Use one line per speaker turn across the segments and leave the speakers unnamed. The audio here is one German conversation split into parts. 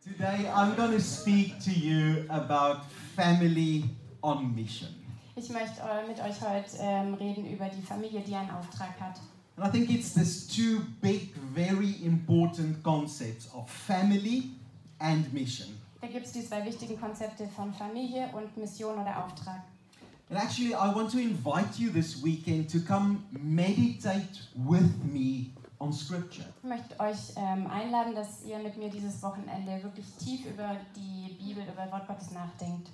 Today I'm going to speak to you about family on mission.
Ich möchte eu- mit euch heute ähm, reden über die Familie, die einen Auftrag hat.
And I think it's these two big, very important concepts of family and mission.
Da gibt es die zwei wichtigen Konzepte von Familie und Mission oder Auftrag.
And actually, I want to invite you this weekend to come meditate with me on Scripture.
Ich möchte euch ähm, einladen, dass ihr mit mir dieses Wochenende wirklich tief über die Bibel, über das Wort Gottes nachdenkt.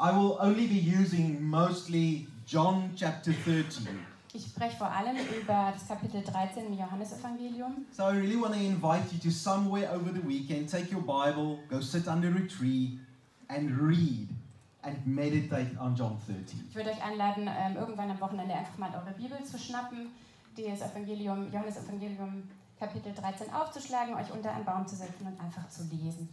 I will only be using mostly John chapter 13.
Ich spreche vor allem über das Kapitel 13 im Johannesevangelium.
So I really want to invite you to somewhere over the weekend, take your Bible, go sit under a tree, and read and meditate on John 13.
Ich würde euch einladen, ähm, irgendwann am Wochenende einfach mal eure Bibel zu schnappen, das Evangelium, Johannesevangelium Kapitel 13 aufzuschlagen, euch unter einen Baum zu setzen und einfach zu lesen.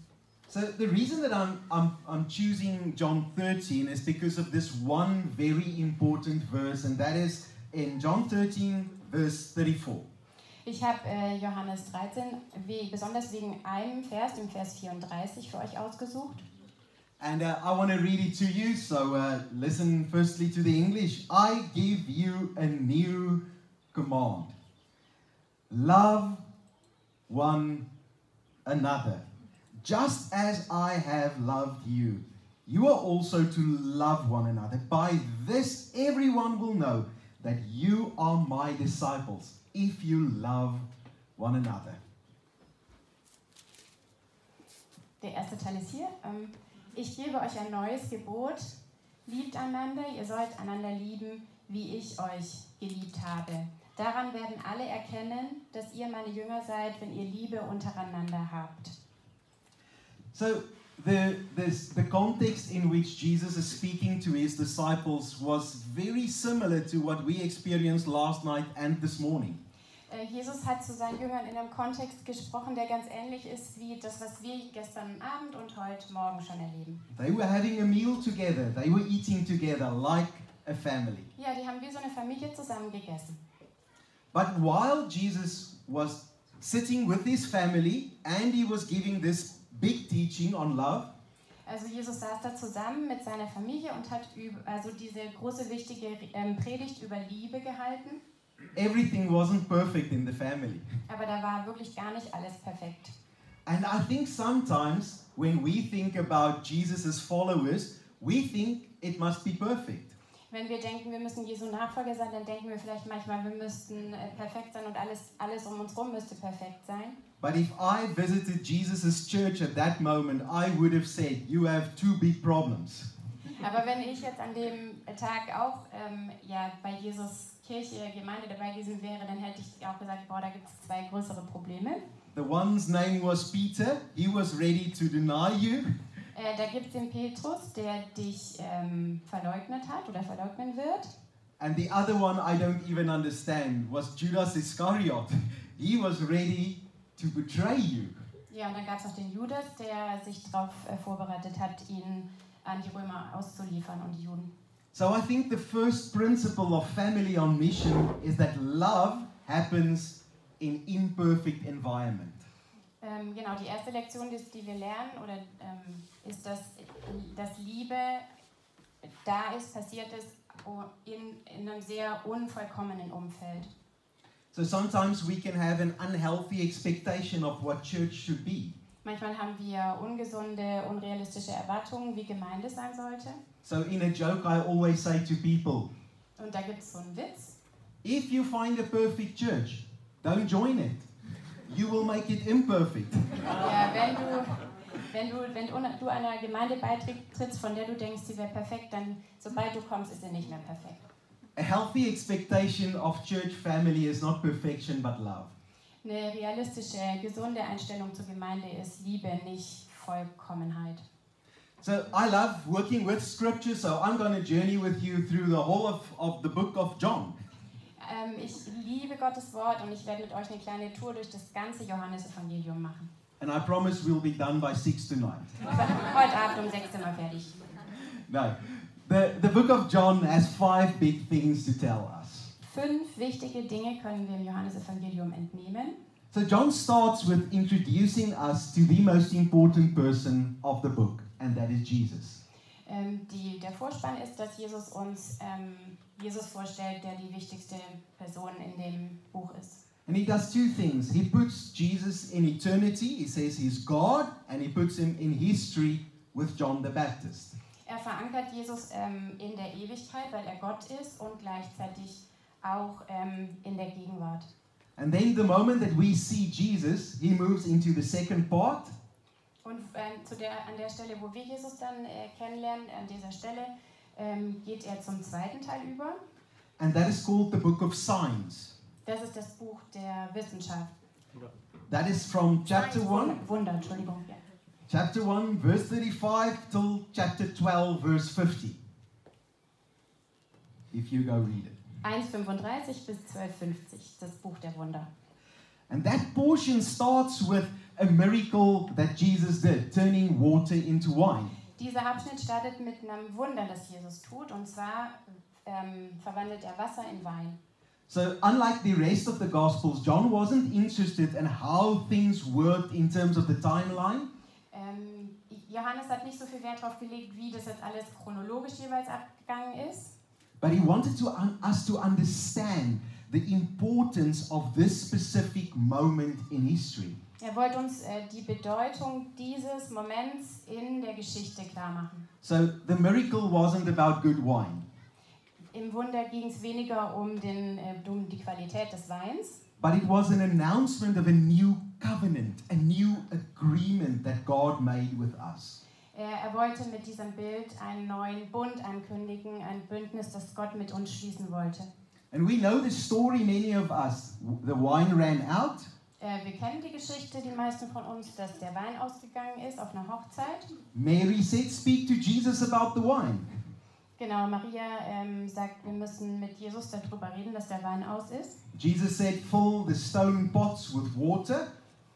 So the reason that I'm, I'm, I'm choosing John 13 is because of this one very important verse, and that is in John 13, verse 34.
Ich habe äh, Johannes 13 we besonders wegen einem Vers, dem Vers 34, für euch ausgesucht.
And uh, I want to read it to you, so uh, listen firstly to the English. I give you a new command love one another. Just as I have loved you, you are also to love one another. By this, everyone will know that you are my disciples if you love one another.
Der erste Teil ist hier. Ähm, ich gebe euch ein neues Gebot. Liebt einander, ihr sollt einander lieben, wie ich euch geliebt habe. Daran werden alle erkennen, dass ihr meine Jünger seid, wenn ihr Liebe untereinander habt.
So the this, the context in which Jesus is speaking to his disciples was very similar to what we experienced last night and this morning.
Äh, Jesus hat zu seinen Jüngern in einem Kontext gesprochen, der ganz ähnlich ist wie das, was wir gestern Abend und heute Morgen schon erleben.
They were having a meal together. They were eating together like a family.
Ja, die haben wie so eine Familie zusammen gegessen.
But while Jesus was sitting with his family and he was giving this big teaching on love,
Also Jesus saß da zusammen mit seiner Familie und hat üb- also diese große wichtige ähm, Predigt über Liebe gehalten,
everything wasn't perfect in the family.
aber da war wirklich gar nicht alles perfekt.
And I think sometimes when we think about Jesus' followers, we think it must be perfect.
Wenn wir denken, wir müssen Jesu Nachfolger sein, dann denken wir vielleicht manchmal, wir müssten äh, perfekt sein und alles, alles um uns rum müsste perfekt sein.
But if I visited Jesus' church at that moment, I would have said, You have two big problems.
Aber wenn ich jetzt an dem Tag auch ähm, ja, bei Jesus Kirche, Gemeinde dabei gewesen wäre, dann hätte ich auch gesagt, boah, da gibt es zwei größere Probleme.
The one's name was Peter, he was ready to deny you.
Äh, da gibt es den Petrus, der dich ähm, verleugnet hat oder verleugnen wird.
And the other one I don't even understand was Judas Iscariot. He was ready to betray you.
Ja, und dann gab es noch den Judas, der sich darauf äh, vorbereitet hat, ihn an die Römer auszuliefern und die Juden.
So I think the first principle of family on mission is that love happens in imperfect environment.
Ähm, genau, die erste Lektion, die, die wir lernen, oder, ähm, ist, dass, dass Liebe da ist, passiert ist, o- in, in einem sehr unvollkommenen Umfeld.
So sometimes we can have an unhealthy expectation of what church should be.
Manchmal haben wir ungesunde, unrealistische Erwartungen, wie Gemeinde sein sollte.
So, in a joke, I always say to people
Und da gibt es so einen Witz,
if you find a perfect church, don't join it. You will make it imperfect.
Ja, wenn du, wenn du, wenn du- du einer Gemeinde beitrittst, von der du denkst, sie wäre perfekt, dann sobald du kommst, ist sie nicht mehr perfekt.
A healthy expectation of church family is not perfection but love.
Eine realistische, gesunde Einstellung zur Gemeinde ist Liebe, nicht Vollkommenheit.
So, I love working with scripture, so I'm going to journey with you through the whole of, of the book of John.
Ähm, ich liebe Gottes Wort und ich werde mit euch eine kleine Tour durch das ganze Johannesevangelium machen.
And I promise we'll be done by 6 tonight.
Heute Abend um 16 Uhr fertig.
No, the, the book of John has five big things to tell us.
Fünf wichtige Dinge können wir im Johannesevangelium entnehmen.
So John starts with introducing us to the most important person of the book, and that is Jesus.
Ähm, die, der Vorspann ist, dass Jesus uns ähm, Jesus vorstellt, der die wichtigste Person in dem Buch ist.
And he does two things. He puts Jesus in eternity, he says he's God, and he puts him in history with John the Baptist.
Er verankert Jesus ähm, in der Ewigkeit, weil er Gott ist und gleichzeitig auch ähm, in der Gegenwart.
And then the moment that we see Jesus, he moves into the second part,
Und ähm, zu der, an der Stelle, wo wir Jesus dann äh, kennenlernen, an dieser Stelle, ähm, geht er zum zweiten Teil über.
and that is called the book of signs.
Das ist das Buch der Wissenschaft.
That is from chapter 1,
Wunder, Entschuldigung. Ja.
chapter 1 verse 35 till chapter 12 verse 50. If you go read it.
1,35 bis 12,50, das Buch der Wunder.
And that portion starts with a miracle that Jesus did, turning water into wine.
Dieser Abschnitt startet mit einem Wunder, das Jesus tut. Und zwar ähm, verwandelt er Wasser in Wein.
So, unlike the rest of the Gospels, John wasn't interested in how things worked in terms of the timeline.
Ähm, Johannes hat nicht so viel Wert darauf gelegt, wie das jetzt alles chronologisch jeweils abgegangen ist.
But he wanted to un- us to understand the importance of this specific moment in history.
Er wollte uns äh, die Bedeutung dieses Moments in der Geschichte klar machen.
So the miracle wasn't about good wine,
Im Wunder ging es weniger um, den, äh, um die Qualität des Weins,
but it was an announcement of a new covenant, a new agreement that God made with us.
äh, er wollte mit diesem Bild einen neuen Bund ankündigen, ein Bündnis, das Gott mit uns schließen wollte.
And we know the story, many of us. W- The wine ran out,
Äh, wir kennen die Geschichte, die meisten von uns, dass der Wein ausgegangen ist auf einer Hochzeit.
Mary said, Speak to Jesus about the wine.
Genau, Maria ähm, sagt, wir müssen mit Jesus darüber reden, dass der Wein aus ist.
Jesus said, Fill the stone pots with water.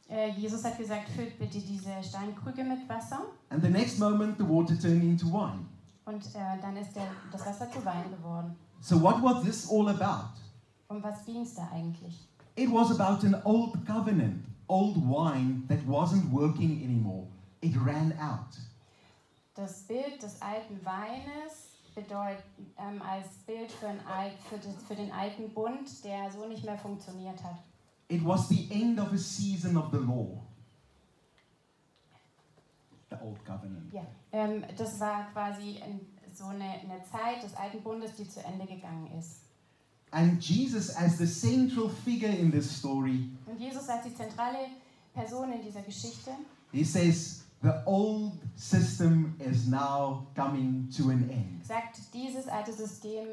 Äh, Jesus hat gesagt, füllt bitte diese Steinkrüge mit Wasser.
And the next moment, the water turned into wine.
Und äh, dann ist der, das Wasser zu Wein geworden.
So, what was this all about?
Um was ging es da eigentlich?
It was about an old covenant, old wine that wasn't working anymore. It ran out.
Das Bild des alten Weines bedeutet ähm, als Bild für, ein alt, für, das, für den alten Bund, der so nicht mehr funktioniert hat.
It was the end of a season of the law. The old covenant.
Ja. Ähm, das war quasi ein, so eine, eine Zeit des alten Bundes, die zu Ende gegangen ist.
And Jesus, as the central figure in this story,
Und Jesus als die zentrale Person in dieser Geschichte,
he says, The old system is now coming to an end.
sagt, dieses alte System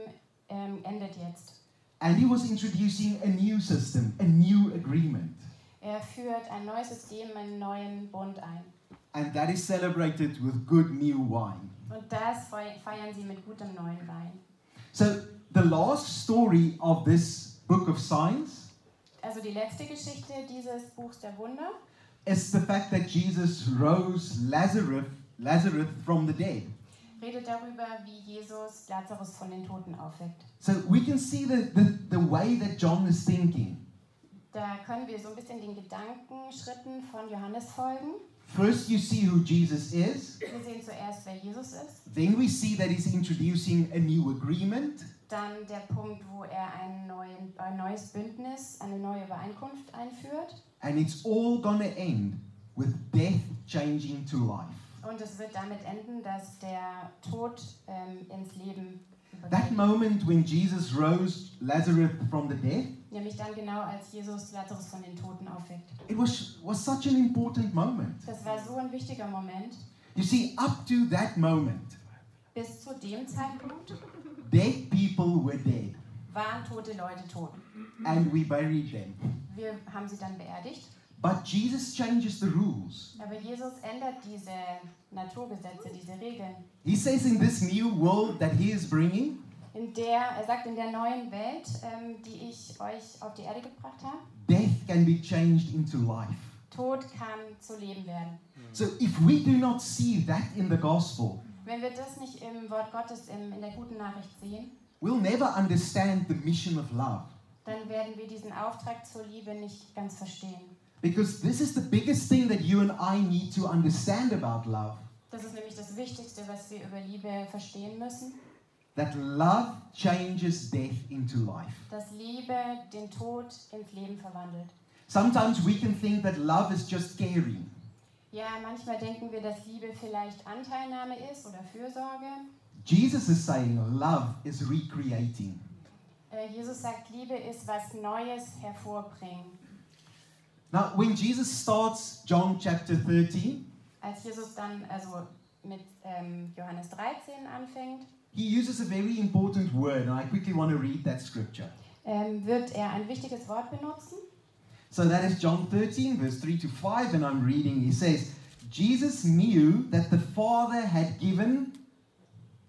ähm, endet jetzt.
And he was introducing a new system, a new agreement.
Er führt ein neues System, einen neuen Bund ein.
And that is celebrated with good new wine.
Und das feu- feiern sie mit gutem neuen Wein.
So, the last story of this book of signs
Also die letzte Geschichte dieses Buchs der Wunder
is the fact that Jesus rose Lazarus, Lazarus from the dead.
redet darüber, wie Jesus Lazarus von den Toten aufweckt.
So, we can see the, the, the way that John is thinking.
Da können wir so ein bisschen den Gedankenschritten von Johannes folgen.
First, you see who Jesus is.
Wir sehen zuerst, wer Jesus ist,
Then we see that he's introducing a new agreement.
dann der Punkt, wo er einen neuen, ein neues Bündnis, eine neue Übereinkunft einführt.
And it's all going to end with death changing to life.
Und es wird damit enden, dass der Tod ähm, ins Leben
That
übergeht.
moment when Jesus rose Lazarus from the dead,
Nämlich dann genau, als Jesus Lazarus von den Toten aufweckt.
it was, was such an important moment.
Das war so ein wichtiger Moment.
You see, up to that moment,
Bis zu dem Zeitpunkt
dead people were dead,
waren tote Leute tot.
and we buried them.
Wir haben sie dann beerdigt.
But Jesus changes the rules.
Aber Jesus ändert diese Naturgesetze, diese Regeln.
He says in this new world that he is bringing,
In der, er sagt, in der neuen Welt, ähm, die ich euch auf die Erde gebracht habe,
death can be changed into life.
Tod kann zu Leben werden.
So if we do not see that in the gospel,
Wenn wir das nicht im Wort Gottes, im, in der guten Nachricht sehen,
we'll never understand the mission of love.
dann werden wir diesen Auftrag zur Liebe nicht ganz verstehen.
Because this is the biggest thing that you and I need to understand about love
Das ist nämlich das Wichtigste, was wir über Liebe verstehen müssen,
that love changes death into life.
dass Liebe den Tod ins Leben verwandelt.
Sometimes we can think that love is just caring,
Ja, manchmal denken wir, dass Liebe vielleicht Anteilnahme ist oder Fürsorge.
Jesus is saying love is recreating.
Äh, Jesus sagt, Liebe ist was Neues hervorbringen.
Now, when Jesus starts John chapter 13,
Als Jesus dann also mit ähm, Johannes 13 anfängt,
he uses a very important word, and I quickly want to read that scripture.
ähm, wird er ein wichtiges Wort benutzen.
So that is John 13, verse 3 to 5, and I'm reading. He says, Jesus knew that the Father had given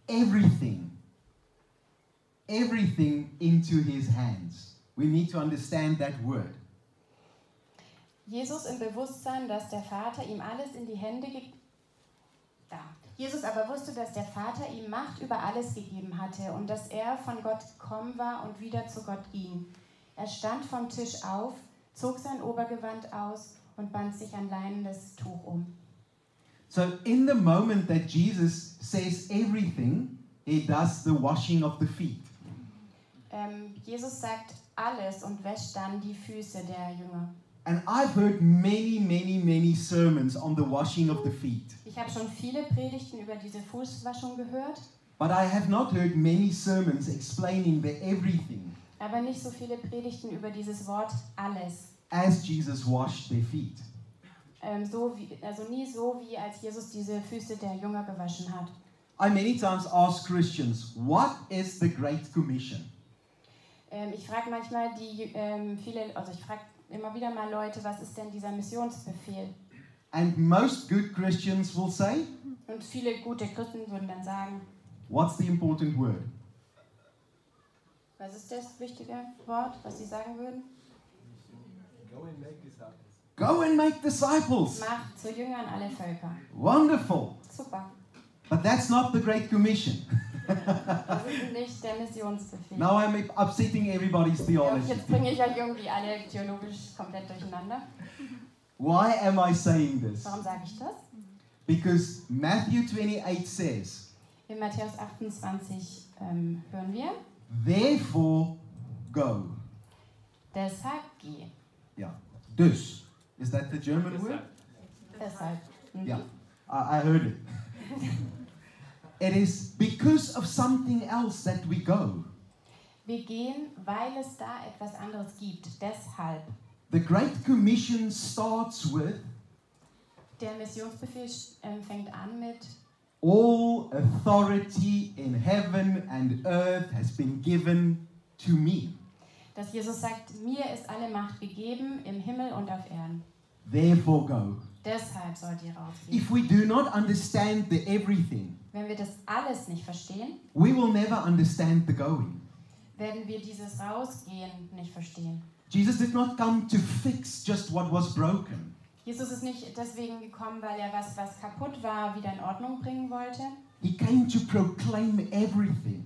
everything, everything into his hands. We need to understand that word.
Jesus im Bewusstsein, dass der Vater ihm alles in die Hände ge- da. Jesus aber wusste, dass der Vater ihm Macht über alles gegeben hatte und dass er von Gott gekommen war und wieder zu Gott ging. Er stand vom Tisch auf, zog sein Obergewand aus und band sich ein leinendes Tuch um.
So, in the moment that Jesus says everything, he does the washing of the feet.
Ähm, Jesus sagt alles und wäscht dann die Füße der Jünger.
And I've heard many, many, many sermons on the washing of the feet,
Ich habe schon viele Predigten über diese Fußwaschung gehört,
but I have not heard many sermons explaining the everything.
aber nicht so viele Predigten über dieses Wort alles.
as Jesus washed their feet.
Ähm, so wie, also nie so, wie als Jesus diese Füße der Jünger gewaschen hat.
I many times ask Christians, what is the Great Commission?
Ähm, ich frage manchmal die ähm, viele, also ich frage immer wieder mal Leute, was ist denn dieser Missionsbefehl?
And most good Christians will say,
Und viele gute Christen würden dann sagen,
what's the important word?
was ist das wichtige Wort, was sie sagen würden?
Go and make disciples.
Go and make disciples.
Macht zu Jüngern alle Völker.
Wonderful.
Super.
But that's not the Great Commission.
Das ist nicht der Missionsbefehl.
Now I'm upsetting everybody's
Ja,
theology.
Jetzt bringe ich euch irgendwie alle theologisch komplett durcheinander.
Why am I saying this?
Warum sage ich das?
Because Matthew 28 says,
In Matthäus 28 ähm, hören wir,
therefore go.
deshalb geh.
Dus. Is that the German word?
Deshalb. Mhm.
Yeah. I, I heard it. it is because of something else that we go.
Wir gehen, weil es da etwas anderes gibt. Deshalb.
The Great Commission starts with
Der Missionsbefehl ähm, fängt an mit,
All authority in heaven and earth has been given to me.
dass Jesus sagt, mir ist alle Macht gegeben im Himmel und auf Erden.
Therefore, go.
Deshalb sollt ihr rausgehen.
If we do not understand the everything,
Wenn wir das alles nicht verstehen,
we will never understand the going.
werden wir dieses Rausgehen nicht verstehen.
Jesus did not come to fix just what was broken.
Jesus ist nicht deswegen gekommen, weil er was, was kaputt war, wieder in Ordnung bringen wollte.
He came to proclaim everything.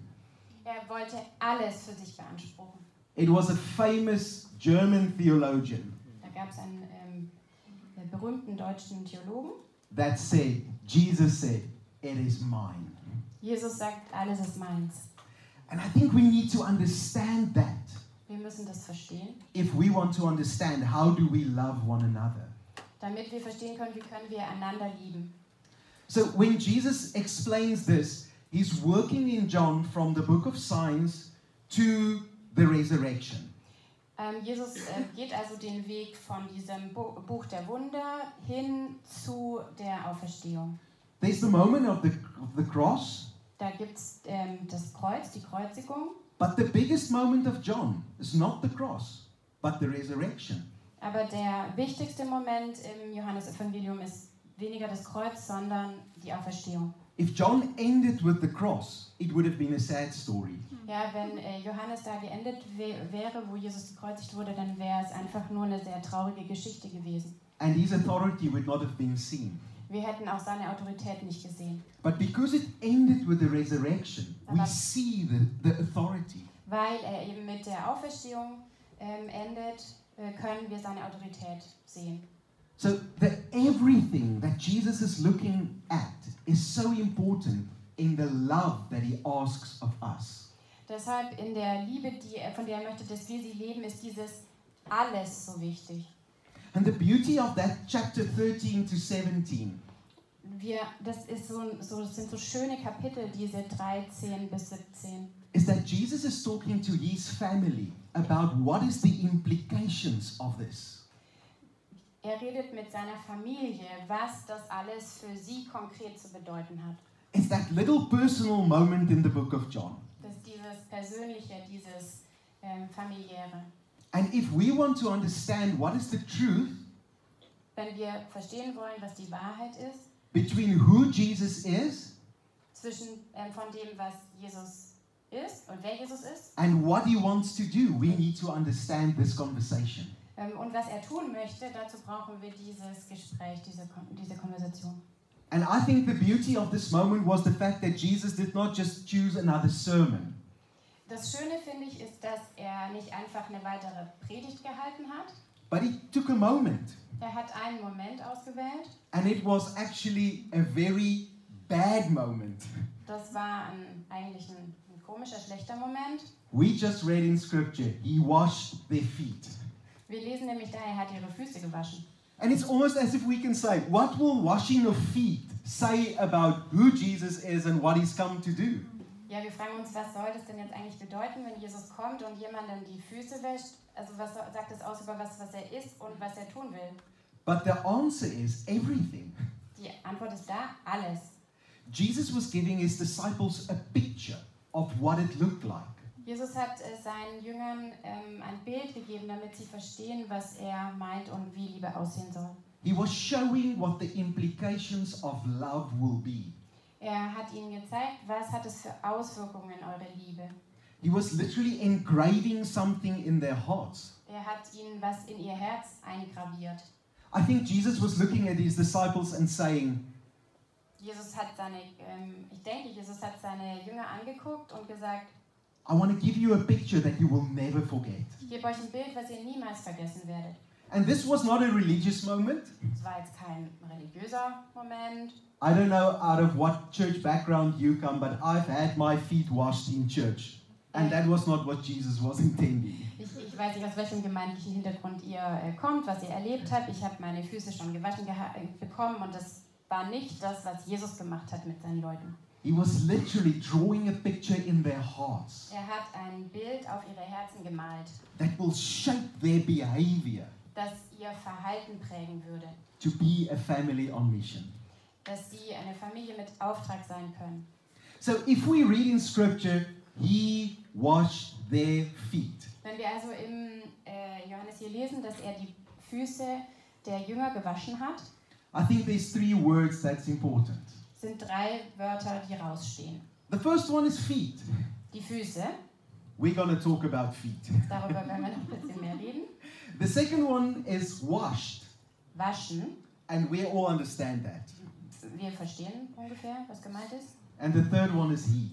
Er wollte alles für sich beanspruchen.
It was a famous German theologian
Da gab es einen ähm, berühmten deutschen Theologen.
that said, Jesus said, It is mine.
Jesus sagt, alles ist meins.
And I think we need to understand that
Wir müssen das verstehen,
if we want to understand how do we love one another.
damit wir verstehen können, wie können wir einander lieben.
So when Jesus explains this, he's working in John from the book of signs to the resurrection.
Ähm, Jesus äh, geht also den Weg von diesem Bu Buch der Wunder hin zu der Auferstehung.
There's the moment of the, of the cross,
Da gibt es ähm, das Kreuz, die Kreuzigung,
but the biggest moment of John is not the cross, but the resurrection.
aber der wichtigste Moment im Johannesevangelium ist weniger das Kreuz, sondern die Auferstehung.
If John ended with the cross, it would have been a sad story.
Ja, wenn äh, Johannes da geendet wä- wäre, wo Jesus gekreuzigt wurde, dann wäre es einfach nur eine sehr traurige Geschichte gewesen.
and his authority would not have been seen.
Wir hätten auch seine Autorität nicht gesehen.
But because it ended with the resurrection, we
Aber-
see the, the authority.
weil er eben mit der Auferstehung ähm, endet, äh, können wir seine Autorität sehen.
So the everything that Jesus is looking at is so important in the love that he asks of us.
Deshalb in der Liebe, die er, von der er möchte, dass wir sie leben, ist dieses alles so wichtig.
And the beauty of that chapter 13 to 17
Wir, das, ist so, ein- so, das sind so schöne Kapitel, diese 13 bis 17.
is that Jesus is talking to his family about what is the implications of this.
Er redet mit seiner Familie, was das alles für sie konkret zu bedeuten hat.
It's that little personal moment in the book of John.
Das ist dieses Persönliche, dieses ähm, Familiäre.
And if we want to understand what is the truth
Wenn wir verstehen wollen, was die Wahrheit ist,
between who Jesus is
zwischen ähm, von dem, was Jesus ist und wer Jesus ist
and what he wants to do, we need to understand this conversation.
ähm, und was er tun möchte, dazu brauchen wir dieses Gespräch, diese, Kon diese Konversation.
And I think the beauty of this moment was the fact that Jesus did not just choose another sermon.
Das Schöne finde ich ist, dass er nicht einfach eine weitere Predigt gehalten hat.
But he took a moment,
Er hat einen Moment ausgewählt.
and it was actually a very bad moment.
Das war ein, eigentlich ein, ein komischer, schlechter Moment.
We just read in scripture, he washed their feet.
Wir lesen nämlich da, er hat ihre Füße gewaschen.
And it's almost as if we can say, what will washing of feet say about who Jesus is and what he's come to do?
Ja, wir fragen uns, was soll das denn jetzt eigentlich bedeuten, wenn Jesus kommt und jemandem die Füße wäscht? Also was so- sagt das aus über was, was er ist und was er tun will?
But the answer is everything.
Die Antwort ist da, alles.
Jesus was giving his disciples a picture of what it looked like.
Jesus hat äh, seinen Jüngern ähm, ein Bild gegeben, damit sie verstehen, was er meint und wie Liebe aussehen soll.
He was showing what the implications of love will be.
Er hat ihnen gezeigt, was hat es für Auswirkungen eure Liebe.
He was literally engraving something in their hearts.
Er hat ihnen was in ihr Herz eingraviert.
I think Jesus was looking at his disciples and saying,
Jesus hat seine, ähm, ich denke, Jesus hat seine Jünger angeguckt und gesagt,
I want to give you a picture that you will never forget.
ich gebe euch ein Bild, was ihr niemals vergessen werdet.
And this was not a religious moment.
Es war jetzt kein religiöser Moment.
I don't know out of what church background you come, but I've had my feet washed in church. And that was not what Jesus was intending.
Ich, ich weiß nicht, aus welchem gemeindlichen Hintergrund ihr äh, kommt, was ihr erlebt habt. Ich habe meine Füße schon gewaschen geha- äh, bekommen und das war nicht das, was Jesus gemacht hat mit seinen Leuten.
He was literally drawing a picture in their hearts
Er hat ein Bild auf ihre Herzen gemalt,
that will shape their behavior
das ihr Verhalten prägen würde,
to be a family on mission.
dass sie eine Familie mit Auftrag sein können.
So if we read in scripture, he washed their feet.
Wenn wir also im äh, Johannes hier lesen, dass er die Füße der Jünger gewaschen hat,
I think there's three words that's important.
sind drei Wörter, die rausstehen.
The first one is feet.
Die Füße,
We're going to talk about feet.
darüber werden wir noch ein bisschen mehr reden.
The second one is washed,
Waschen,
and we all understand that.
wir verstehen ungefähr, was gemeint ist.
And the third one is he.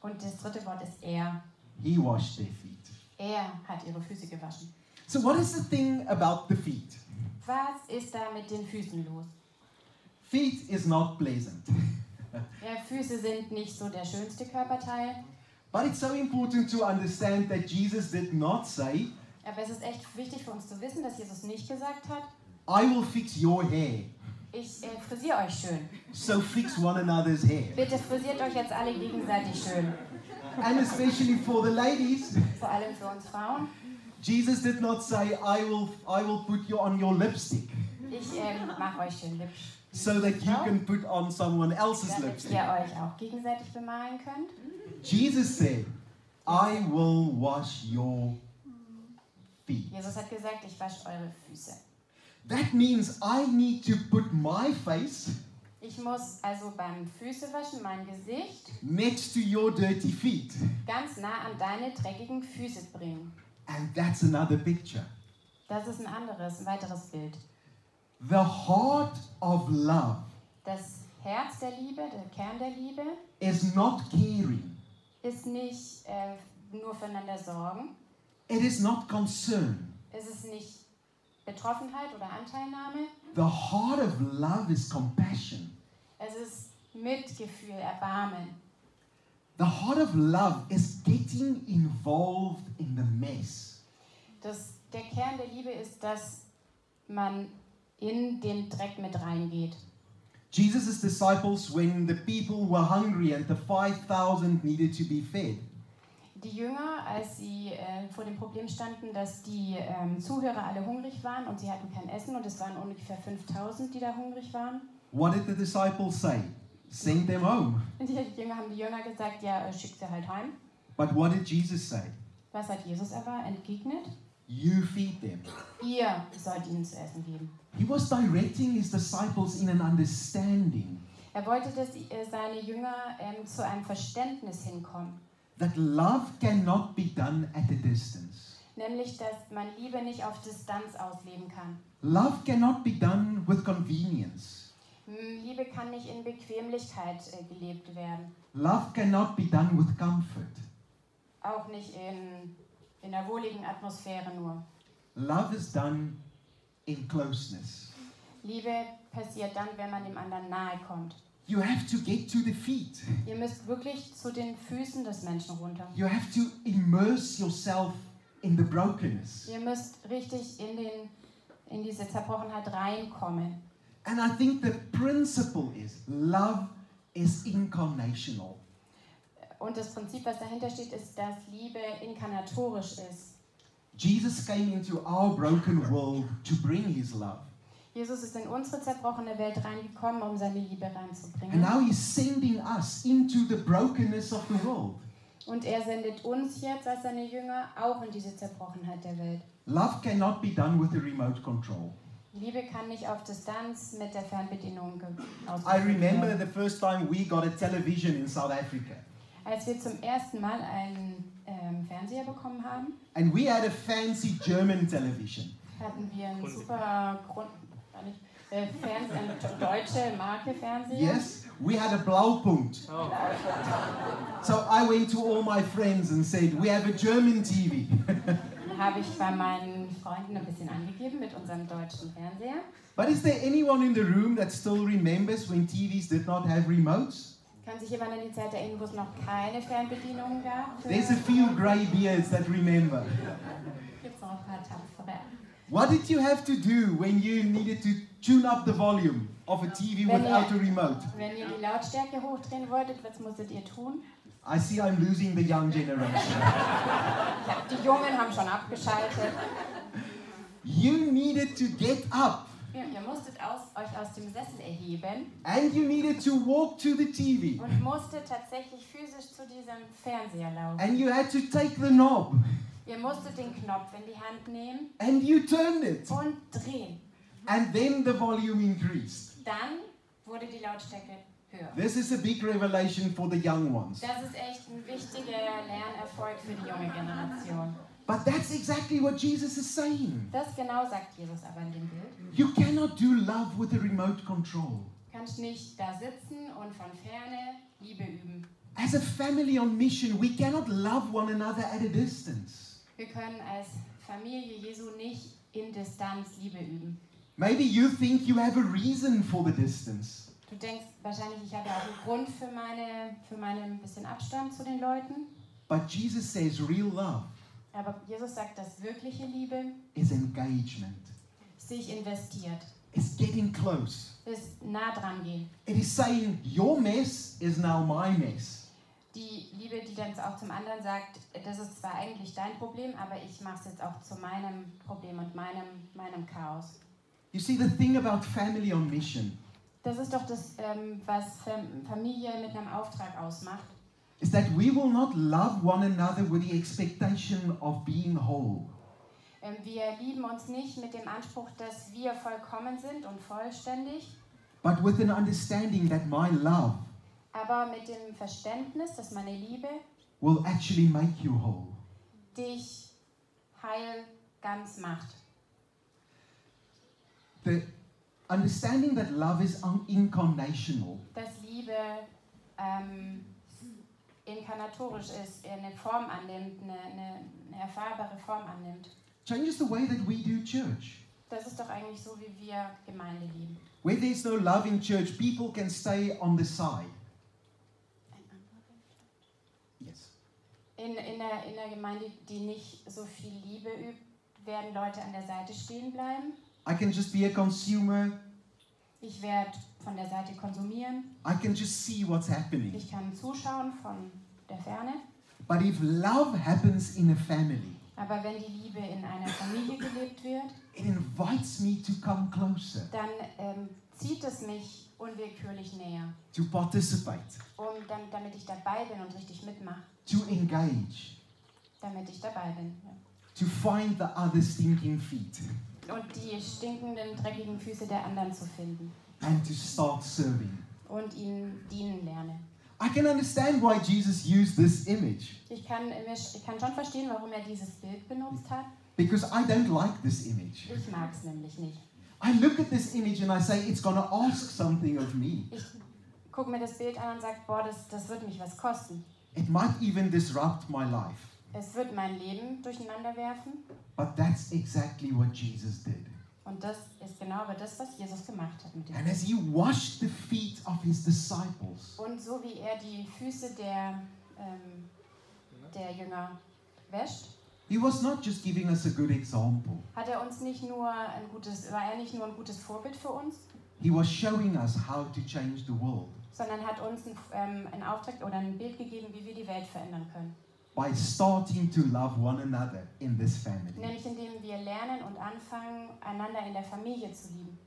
Und das dritte Wort ist er.
He washed their feet.
Er hat ihre Füße gewaschen.
So what is the thing about the feet?
Was ist da mit den Füßen los?
Feet is not pleasant.
Ja, Füße sind nicht so der schönste Körperteil,
But it's so important to understand that Jesus did not say,
aber es ist echt wichtig für uns zu wissen, dass Jesus nicht gesagt hat,
I will fix your hair,
ich äh, frisiere euch schön.
so fix one another's hair.
Bitte frisiert euch jetzt alle gegenseitig schön.
And especially for the ladies,
Vor allem für uns Frauen.
Jesus did not say, I will, I will put you on your lipstick
Ich ähm, mache euch schön hübsch,
so that you can put on someone else's
damit
lipstick.
ihr euch auch gegenseitig bemalen könnt.
Jesus said, I will wash your feet.
Jesus hat gesagt, ich wasche eure Füße.
That means I need to put my face
Ich muss also beim Füßewaschen mein Gesicht
next to your dirty feet.
ganz nah an deine dreckigen Füße bringen.
And that's another picture.
Das ist ein anderes, ein weiteres Bild.
The heart of love
Das Herz der Liebe, der Kern der Liebe,
is not caring,
ist nicht äh, nur füreinander sorgen,
It is not concern.
Es ist nicht Betroffenheit oder Anteilnahme.
The heart of love is compassion.
Es ist Mitgefühl, Erbarmen.
The heart of love is getting involved in the mess.
Das, der Kern der Liebe ist, dass man in den Dreck mit reingeht.
Jesus' disciples, when the people were hungry and the 5,000 needed to be fed,
Die Jünger, als sie äh, vor dem Problem standen, dass die ähm, Zuhörer alle hungrig waren und sie hatten kein Essen und es waren ungefähr 5000, die da hungrig waren.
what did the disciples say? Send them home.
Und die Jünger haben die Jünger gesagt, ja, äh, schickt sie halt heim.
But what did Jesus say?
Was hat Jesus aber entgegnet?
You feed them.
Ihr sollt ihnen zu essen geben.
He was directing his disciples in an understanding
Er wollte, dass äh, seine Jünger ähm, zu einem Verständnis hinkommen.
that love cannot be done at a distance.
Nämlich, dass man Liebe nicht auf Distanz ausleben kann.
Love cannot be done with convenience.
Hm, Liebe kann nicht in Bequemlichkeit äh, gelebt werden.
Love cannot be done with comfort.
Auch nicht in, in einer wohligen Atmosphäre nur.
Love is done in closeness.
Liebe passiert dann, wenn man dem anderen nahe kommt.
You have to get to the feet.
Ihr müsst wirklich zu den Füßen des Menschen runter.
You have to immerse yourself in the brokenness.
Ihr müsst richtig in, den, in diese Zerbrochenheit reinkommen.
And I think the principle is love is incarnational.
Und das Prinzip, was dahinter steht, ist, dass Liebe inkarnatorisch ist.
Jesus came into our broken world to bring his love.
Jesus ist in unsere zerbrochene Welt reingekommen, um seine Liebe
And
reinzubringen.
now he's sending us into the brokenness of the world.
Und er sendet uns jetzt als seine Jünger auch in diese Zerbrochenheit der Welt.
Love cannot be done with a remote control.
Liebe kann nicht auf Distanz mit der Fernbedienung ge-
I
ausgeführt
remember
werden.
the first time we got a television in South Africa.
Als wir zum ersten Mal einen ähm, Fernseher bekommen haben,
And we had a fancy German television.
hatten wir einen super Grund, gar nicht, äh, Fernse- eine deutsche Marke Fernseher.
Yes, we had a Blaupunkt. So I went to all my friends and said, We have a German TV.
Habe ich bei meinen Freunden ein bisschen angegeben mit unserem deutschen Fernseher.
But is there anyone in the room that still remembers when TVs did not have remotes?
Kann sich jemand an die Zeit erinnern, wo es noch keine Fernbedienungen gab?
There's a few grey beards that remember.
Gibt's noch ein paar tapfere.
What did you have to do when you needed to tune up the volume of a TV
When
without a
you-
remote?
Wenn ihr die Lautstärke hochdrehen wolltet, was musstet ihr tun?
I see I'm losing the young generation.
Ja, die Jungen haben schon abgeschaltet.
You needed to get up
Ihr, ihr musstet aus, euch aus dem Sessel erheben
and you needed to walk to the TV
und musstet tatsächlich physisch zu diesem Fernseher laufen.
and you had to take the knob
Ihr musstet den Knopf in die Hand nehmen
and you turned it
und drehen.
and then the volume increased.
Dann wurde die Lautstärke höher.
This is a big revelation for the young ones.
Das ist echt ein wichtiger Lernerfolg für die junge Generation.
But that's exactly what Jesus is saying.
Das genau sagt Jesus aber in dem Bild.
You cannot do love with a remote control.
kannst nicht da sitzen und von ferne Liebe üben.
As a family on mission, we cannot love one another at a distance.
Wir können als Familie Jesu nicht in Distanz Liebe üben.
Maybe you think you have a reason for the distance.
Du denkst wahrscheinlich, ich habe auch einen Grund für, meine, für meinen bisschen Abstand zu den Leuten.
But Jesus says real love
Aber Jesus sagt, dass wirkliche Liebe
is engagement,
sich investiert,
it's getting close.
ist nah dran gehen.
It is saying, Your mess is now my mess.
Die Liebe, die dann auch zum anderen sagt, das ist zwar eigentlich dein Problem, aber ich mache es jetzt auch zu meinem Problem und meinem, meinem Chaos.
You see, the thing about family on mission
Das ist doch das, ähm, was Fam- Familie mit einem Auftrag ausmacht.
is that we will not love one another with the expectation of being whole.
Ähm, wir lieben uns nicht mit dem Anspruch, dass wir vollkommen sind und vollständig,
But with an understanding that my love
aber mit dem Verständnis, dass meine Liebe
will actually make you whole.
dich heil ganz macht.
The understanding that love is un- incarnational
Dass Liebe ähm, inkarnatorisch ist, eine Form annimmt, eine, eine, eine erfahrbare Form annimmt.
Changes the way that we do church.
Das ist doch eigentlich so, wie wir Gemeinde lieben.
Where there's no love in church, people can stay on the side. Yes.
In, in, der, in der Gemeinde, die nicht so viel Liebe übt, werden Leute an der Seite stehen bleiben.
I can just be a consumer.
Ich werde von der Seite konsumieren.
I can just see what's happening.
Ich kann zuschauen von der Ferne.
But if love happens in a family,
Aber wenn die Liebe in einer Familie gelebt wird,
it invites me to come closer,
dann ähm, zieht es mich unwillkürlich näher,
to participate,
um, dann, damit ich dabei bin und richtig mitmache,
to engage,
damit ich dabei bin. Ja.
to find the other stinking feet,
Und die stinkenden, dreckigen Füße der anderen zu finden
and to start serving.
und ihnen dienen lerne.
I can understand why Jesus used this image
Ich kann, mir- ich kann schon verstehen, warum er dieses Bild benutzt hat.
because I don't like this image.
Ich mag es nämlich nicht.
I look at this image and I say, it's going to ask something of me.
Ich gucke mir das Bild an und sage, boah, das, das wird mich was kosten.
It might even disrupt my life.
Es wird mein Leben durcheinander werfen.
But that's exactly what Jesus did.
Und das ist genau aber das, was Jesus gemacht hat mit dem
And as he washed the feet of his disciples,
Und so wie er die Füße der, ähm, der Jünger wäscht,
he was not just giving us a good example,
hat er uns nicht nur ein gutes, war er nicht nur ein gutes Vorbild für uns,
he was showing us how to change the world
sondern hat uns ein, ähm, einen Auftrag oder ein Bild gegeben, wie wir die Welt verändern können.
by starting to love one another in this family.
Nämlich indem wir lernen und anfangen, einander in der Familie zu lieben.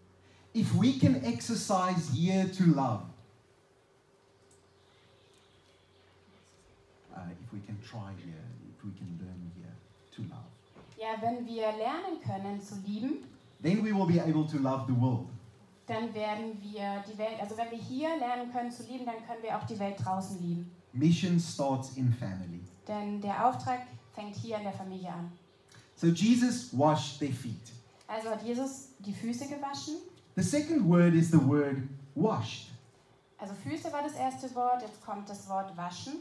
If we can exercise here to love, uh, if we can try here, if we can learn here to love,
Ja, wenn wir lernen können zu lieben,
then we will be able to love the world.
dann werden wir die Welt, also wenn wir hier lernen können zu lieben, dann können wir auch die Welt draußen lieben.
Mission starts in family.
Denn der Auftrag fängt hier in der Familie an.
So Jesus washed their feet.
Also hat Jesus die Füße gewaschen.
The second word is the word washed.
Also Füße war das erste Wort, jetzt kommt das Wort waschen.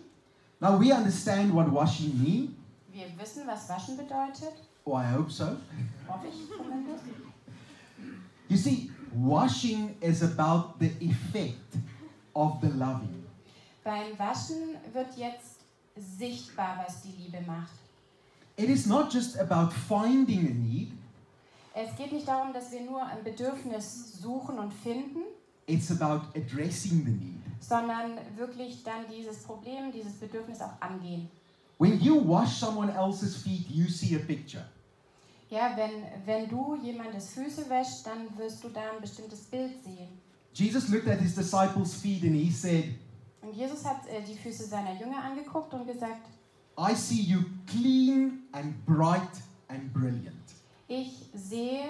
Now we understand what washing means,
Wir wissen, was waschen bedeutet,
or I hope so.
hoffe ich zumindest.
You see, washing is about the effect of the loving.
Beim Waschen wird jetzt sichtbar, was die Liebe macht.
It is not just about finding a need,
Es geht nicht darum, dass wir nur ein Bedürfnis suchen und finden,
it's about addressing the need.
sondern wirklich dann dieses Problem, dieses Bedürfnis auch angehen.
When you wash someone else's feet, you see a picture.
Ja, wenn, wenn du jemandes Füße wäschst, dann wirst du da ein bestimmtes Bild sehen.
Jesus looked at his disciples' feet and he said,
Und Jesus hat äh, die Füße seiner Jünger angeguckt und gesagt,
I see you clean and bright and brilliant.
Ich sehe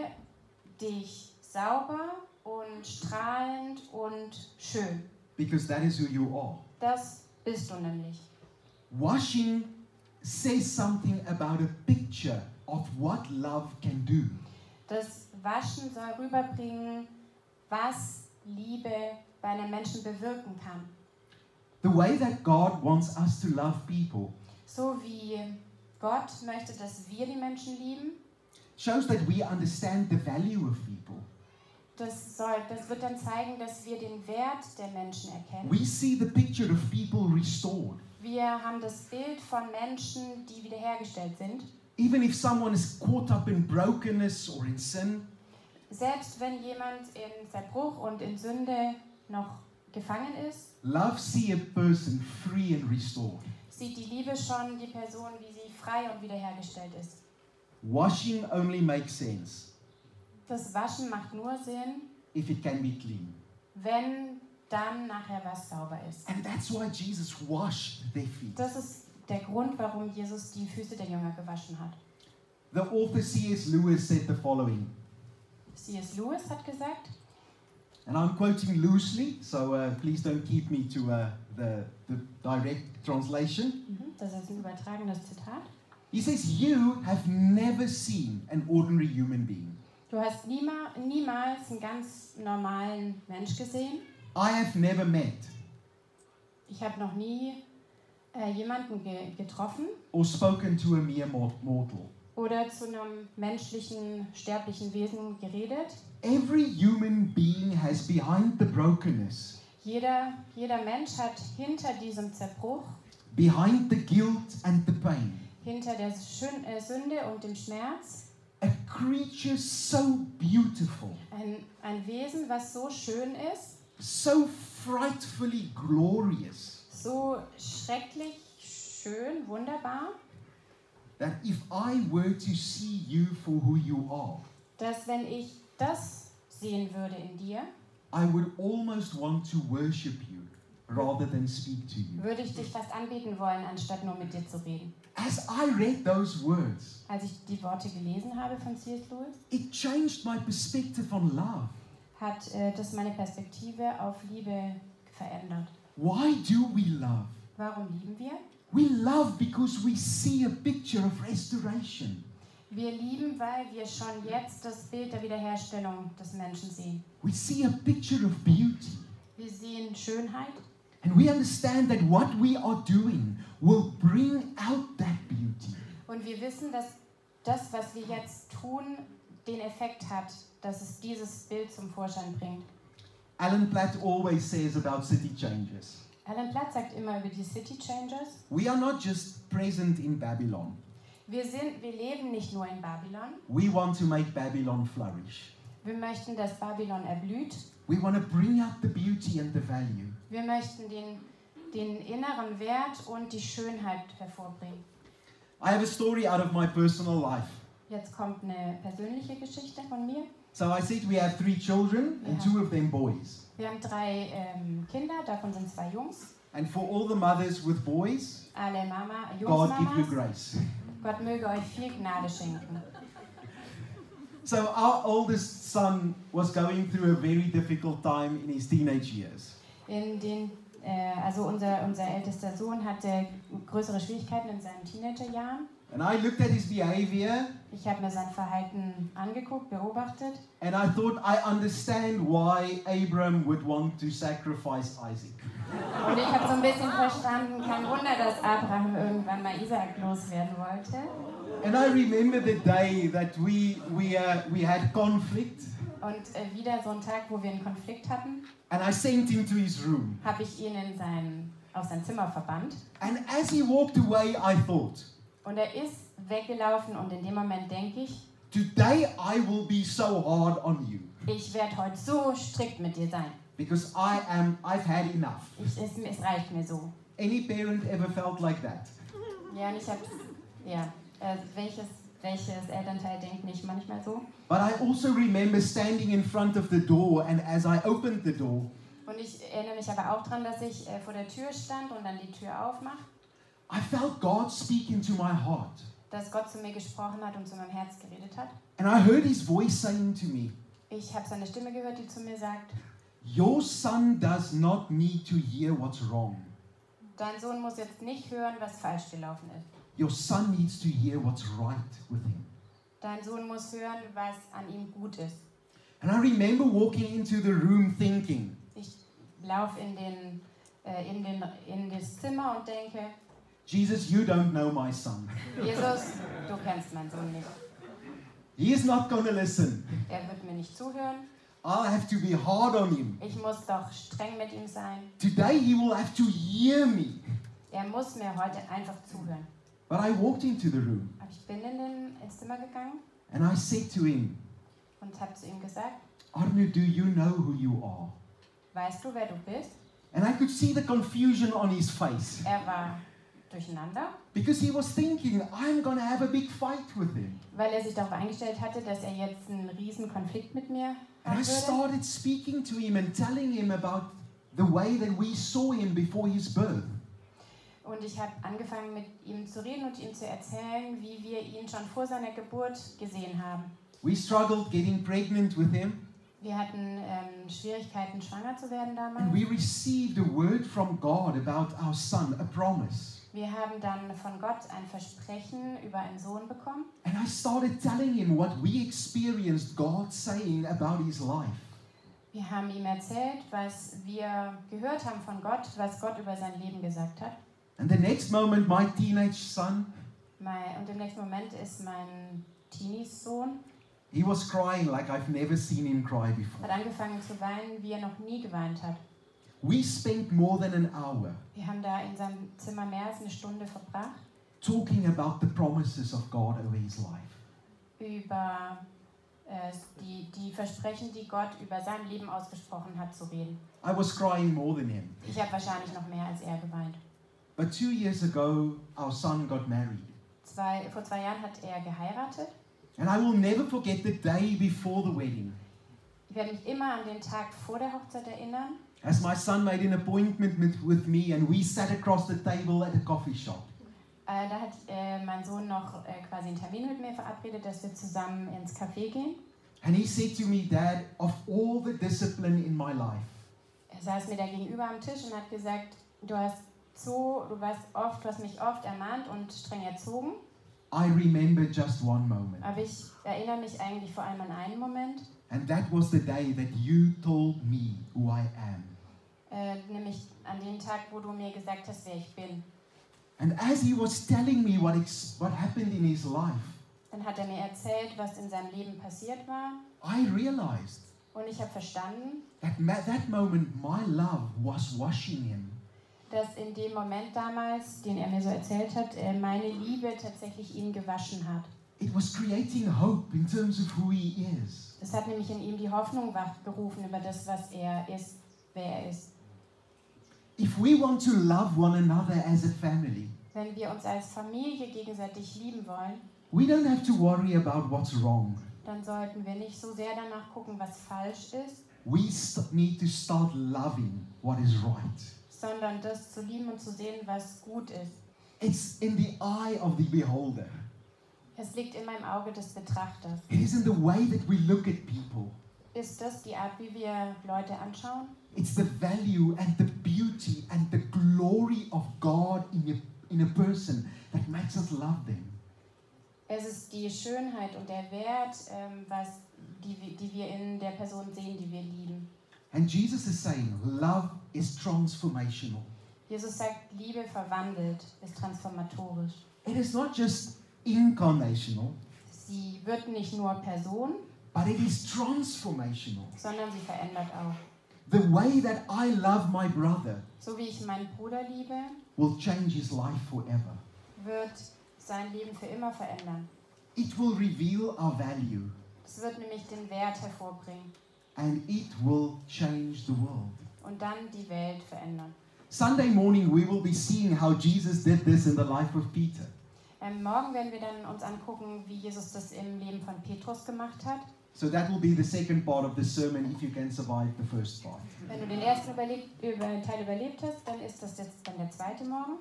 dich sauber und strahlend und schön.
because that is who you are.
Das bist du nämlich.
Washing says something about a picture of what love can do.
Das Waschen soll rüberbringen, was Liebe bei einem Menschen bewirken kann.
The way that God wants us to love people
So wie Gott möchte, dass wir die Menschen lieben,
shows that we understand the value of people.
das, soll, das wird dann zeigen, dass wir den Wert der Menschen erkennen.
We see the picture of people restored.
Wir haben das Bild von Menschen, die wiederhergestellt sind.
Even if someone is caught up in brokenness or in sin,
Selbst wenn jemand in Zerbruch und in Sünde noch gefangen ist,
love see a person free and restored.
sieht die Liebe schon die Person, wie sie frei und wiederhergestellt ist.
Washing only makes sense
Das Waschen macht nur Sinn,
if it can be clean.
wenn dann nachher was sauber ist.
And that's why Jesus washed their feet.
Das ist der Grund, warum Jesus die Füße der Jünger gewaschen hat.
The author C.S. Lewis said the following,
C.S. Lewis hat gesagt,
and I'm quoting loosely, so uh, please don't keep me to uh, the, the direct translation.
mhm, das ist ein übertragenes Zitat,
He says, You have never seen an ordinary human being.
du hast niema, niemals einen ganz normalen Mensch gesehen.
I have never met.
Ich habe noch nie äh, jemanden ge getroffen
or spoken to a mere mor- mortal.
oder zu einem menschlichen, sterblichen Wesen geredet.
Every human being has behind the brokenness,
Jeder, jeder Mensch hat hinter diesem Zerbruch,
behind the guilt and the pain,
hinter der Schön äh, Sünde und dem Schmerz,
a creature so beautiful,
ein, ein Wesen, was so schön ist,
so frightfully glorious,
so schrecklich schön, wunderbar,
that if I were to see you for who you are,
dass wenn ich das sehen würde in dir,
I would almost want to worship you rather than speak to you.
würde ich dich fast anbeten wollen, anstatt nur mit dir zu reden.
As I read those words,
Als ich die Worte gelesen habe von C.S. Lewis,
it changed my perspective on love.
hat äh, das meine Perspektive auf Liebe verändert.
Why do we love?
Warum lieben wir?
We love because we see a picture of restoration.
Wir lieben, weil wir schon jetzt das Bild der Wiederherstellung des Menschen sehen.
We see a picture of beauty.
Wir sehen Schönheit
And we understand that what we are doing will bring out that beauty.
und wir wissen, dass das, was wir jetzt tun, den Effekt hat, dass es dieses Bild zum Vorschein bringt.
Alan Platt always says about city changes
Alan Platt sagt immer über die City Changers,
we are not just present in Babylon,
wir, sind, wir leben nicht nur in Babylon,
we want to make Babylon flourish.
wir möchten, dass Babylon erblüht,
We want to bring out the beauty and the value.
wir möchten den, den inneren Wert und die Schönheit hervorbringen.
I have a story out of my personal life.
Jetzt kommt eine persönliche Geschichte von mir.
So I said we have three children, and
Yeah.
two of them boys.
Wir haben drei ähm, Kinder, davon sind zwei Jungs.
And for all the mothers with boys,
Alle Mama,
God give you
Jungsmamas.
grace.
Gott möge euch viel Gnade schenken.
So our oldest son was going through a very difficult time in his teenage years.
In den, äh, also unser, unser ältester Sohn hatte größere Schwierigkeiten in seinen Teenagerjahren.
And I looked at his behavior
Ich habe mir sein Verhalten angeguckt, beobachtet
and I thought I understand why Abram would want to sacrifice Isaac.
und ich habe so ein bisschen verstanden, kein Wunder, dass Abraham irgendwann mal Isaak loswerden wollte.
And I remember the day that we, we, uh, we had conflict
Und äh, wieder so ein Tag, wo wir einen Konflikt hatten,
and I sent him to his room.
habe ich ihn in sein, aus sein Zimmer verbannt.
And as he walked away, I thought,
Und er ist weggelaufen und in dem Moment denke ich,
Today I will be so hard on you
ich werde heute so strikt mit dir sein.
because I am I've had enough.
Ich, es, es reicht mir so.
Any parent ever felt like that?
Ja, und ich habe, ja, äh, welches, welches Elternteil denkt nicht manchmal so?
But I also remember standing in front of the door and as I opened the door,
Und ich erinnere mich aber auch daran, dass ich äh, vor der Tür stand und dann die Tür aufmache,
I felt God speak into my heart.
dass Gott zu mir gesprochen hat und zu meinem Herz geredet hat.
And I heard his voice saying to me,
Ich habe seine Stimme gehört, die zu mir sagt,
"Your son does not need to hear what's wrong.
dein Sohn muss jetzt nicht hören, was falsch gelaufen ist.
Your son needs to hear what's right with him."
Dein Sohn muss hören, was an ihm gut ist.
And I remember walking into the room thinking,
Ich laufe in, den, äh, in, den, in das Zimmer und denke,
"Jesus, you don't know my son.
Jesus, du kennst meinen Sohn nicht.
He is not going to listen."
Er wird mir nicht zuhören.
I'll have to be hard on him.
Ich muss doch streng mit ihm sein.
Today he will have to hear me.
Er muss mir heute einfach zuhören.
But I walked into the room
Aber ich bin in den, ins Zimmer gegangen
and I said to him,
und habe zu ihm gesagt,
Arnu, do you know who you are?
weißt du, wer du bist?
And I could see the confusion on his face
Er war durcheinander,
because he was thinking, I'm going to have a big fight with him.
weil er sich darauf eingestellt hatte, dass er jetzt einen riesen Konflikt mit mir
And I
haben würde.
started speaking to him and telling him about the way that we saw him before his birth.
Und ich habe angefangen, mit ihm zu reden und ihm zu erzählen, wie wir ihn schon vor seiner Geburt gesehen haben.
We struggled getting pregnant with him,
Wir hatten ähm, Schwierigkeiten, schwanger zu
and
werden damals.
we received a word from God about our son, a promise.
Wir haben dann von Gott ein Versprechen über einen Sohn bekommen.
And I started telling him what we experienced God saying about his life.
Wir haben ihm erzählt, was wir gehört haben von Gott, was Gott über sein Leben gesagt hat.
And the next moment, my teenage son,
Mein, und im nächsten Moment ist mein Teenies-Sohn,
he was crying like I've never seen him cry before.
hat angefangen zu weinen, wie er noch nie geweint hat.
We spent more than an hour
Wir haben da in seinem Zimmer mehr als eine Stunde verbracht
talking about the promises of God over his life.
über äh, die, die Versprechen, die Gott über sein Leben ausgesprochen hat, zu reden.
I was crying more than him.
Ich habe wahrscheinlich noch mehr als er geweint.
But two years ago, our son got married.
Zwei, vor zwei Jahren hat er geheiratet.
And I will never forget the day before the wedding.
Ich werde mich immer an den Tag vor der Hochzeit erinnern,
As my son made an appointment mit- with me, and we sat across the table at a coffee shop.
Äh, da hat äh, mein Sohn noch äh, quasi einen Termin mit mir verabredet, dass wir zusammen ins Café gehen.
And he said to me, Dad, of all the discipline in my life,
Er saß mir da gegenüber am Tisch und hat gesagt, du hast so, du warst oft, du hast mich oft ermahnt und streng erzogen,
I remember just one moment.
aber ich erinnere mich eigentlich vor allem an einen Moment,
And that was the day that you told me who I am.
äh, nämlich an den Tag, wo du mir gesagt hast, wer ich bin.
And as he was telling me what, ex- what happened in his life,
Dann hat er mir erzählt, was in seinem Leben passiert war
I realized
und ich habe verstanden,
that ma- that moment my love was washing him.
dass in dem Moment damals, den er mir so erzählt hat, äh, meine Liebe tatsächlich ihn gewaschen hat.
It was creating hope in terms of who he is.
Es hat nämlich in ihm die Hoffnung wachgerufen über das, was er ist, wer er ist.
If we want to love one another as a family,
Wenn wir uns als Familie gegenseitig lieben wollen,
we don't have to worry about what's wrong.
dann sollten wir nicht so sehr danach gucken, was falsch ist,
We st- need to start loving what is right.
sondern das zu lieben und zu sehen, was gut ist.
It's in the eye of the beholder.
Es liegt immer im Auge des Betrachters.
It is in the way that we look at people.
Ist das die Art, wie wir Leute anschauen?
It's the value and the beauty and the glory of God in a, in a person that makes us love them.
Es ist die Schönheit und der Wert, ähm, was, die, wir- die wir in der Person sehen, die wir lieben.
And Jesus is saying, love is transformational.
Jesus sagt, Liebe verwandelt, ist transformatorisch.
It is not just incarnational,
Sie wird nicht nur Person,
but it is transformational.
sondern sie verändert auch.
The way that I love my brother
So wie ich meinen Bruder liebe,
will change his life forever.
wird sein Leben für immer verändern.
It will reveal our value
Es wird nämlich den Wert hervorbringen
and it will change the world.
und dann die Welt verändern.
Sunday morning, we will be seeing how Jesus did this in the life of Peter.
Ähm, morgen werden wir dann uns angucken, wie Jesus das im Leben von Petrus gemacht hat.
So that will be the second part of the sermon if you can survive the first part.
Wenn du den ersten überlebt, über, Teil überlebt hast, dann ist das jetzt dann der zweite Morgen.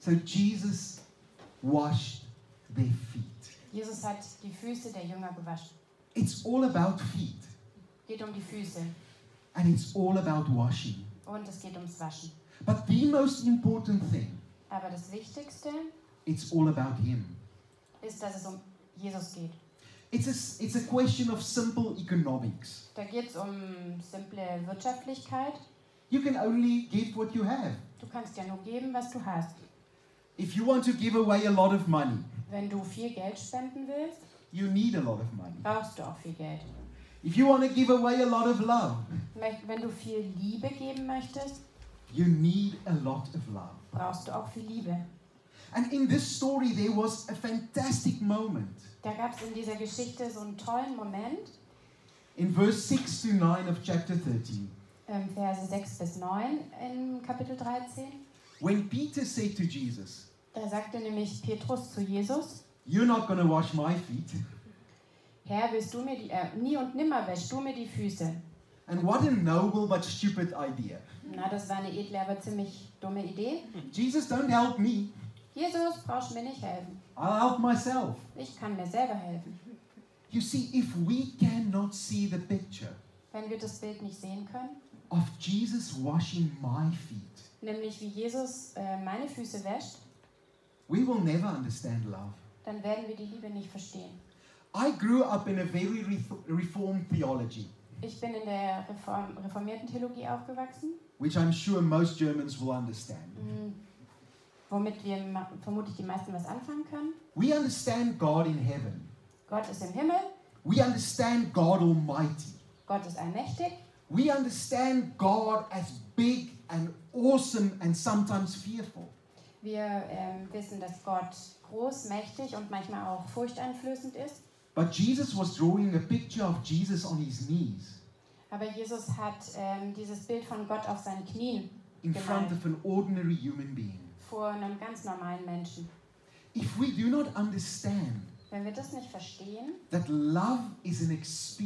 So Jesus washed their feet.
Jesus hat die Füße der Jünger gewaschen.
It's all about feet
Geht um die Füße
and it's all about washing.
und es geht ums Waschen.
But the most important thing,
Aber das Wichtigste
it's all about him.
ist, dass es um Jesus geht.
It's a, it's a question of simple economics.
Da geht es um simple Wirtschaftlichkeit.
You can only give what you have.
Du kannst ja nur geben, was du hast.
If you want to give away a lot of money,
Wenn du viel Geld spenden willst,
you need a lot of money.
brauchst du auch viel Geld.
If you want to give away a lot of love,
Möcht- Wenn du viel Liebe geben möchtest,
you need a lot of love.
brauchst du auch viel Liebe.
And in this story, there was a fantastic moment.
Da gab es in dieser Geschichte so einen tollen Moment,
In verse 6 to 9 of chapter 13,
ähm, Verse 6 bis 9 in Kapitel 13.
when Peter said to Jesus,
Da sagte nämlich Petrus zu Jesus,
You're not going to wash my feet.
Herr, willst du mir die, äh, nie und nimmer wäschst du mir die Füße.
And what a noble but stupid idea.
Na, das war eine edle, aber ziemlich dumme Idee.
Jesus, don't help me.
Jesus, brauchst mir nicht helfen.
I'll help myself.
Ich kann mir selber helfen.
You see, if we cannot see the picture
wenn wir das Bild nicht sehen können,
of Jesus washing my feet,
nämlich wie Jesus äh, meine Füße wäscht,
we will never understand love.
dann werden wir die Liebe nicht verstehen.
I grew up in a very re- reformed theology,
Ich bin in der Reform reformierten Theologie aufgewachsen.
which I'm sure most Germans will understand.
Mm, womit wir ma- vermutlich die meisten was anfangen können.
We understand God in heaven.
Gott ist im Himmel,
We understand God Almighty.
Gott ist allmächtig,
We understand God as big and awesome and sometimes fearful.
wir ähm, wissen, dass Gott groß, mächtig und manchmal auch furchteinflößend ist.
But Jesus was drawing a picture of Jesus on his knees
Aber Jesus hat ähm, dieses Bild von Gott auf seinen Knien
in
Genau.
front of an ordinary human being.
vor einem ganz normalen Menschen.
If we do not understand
Wenn wir das nicht verstehen,
that love is an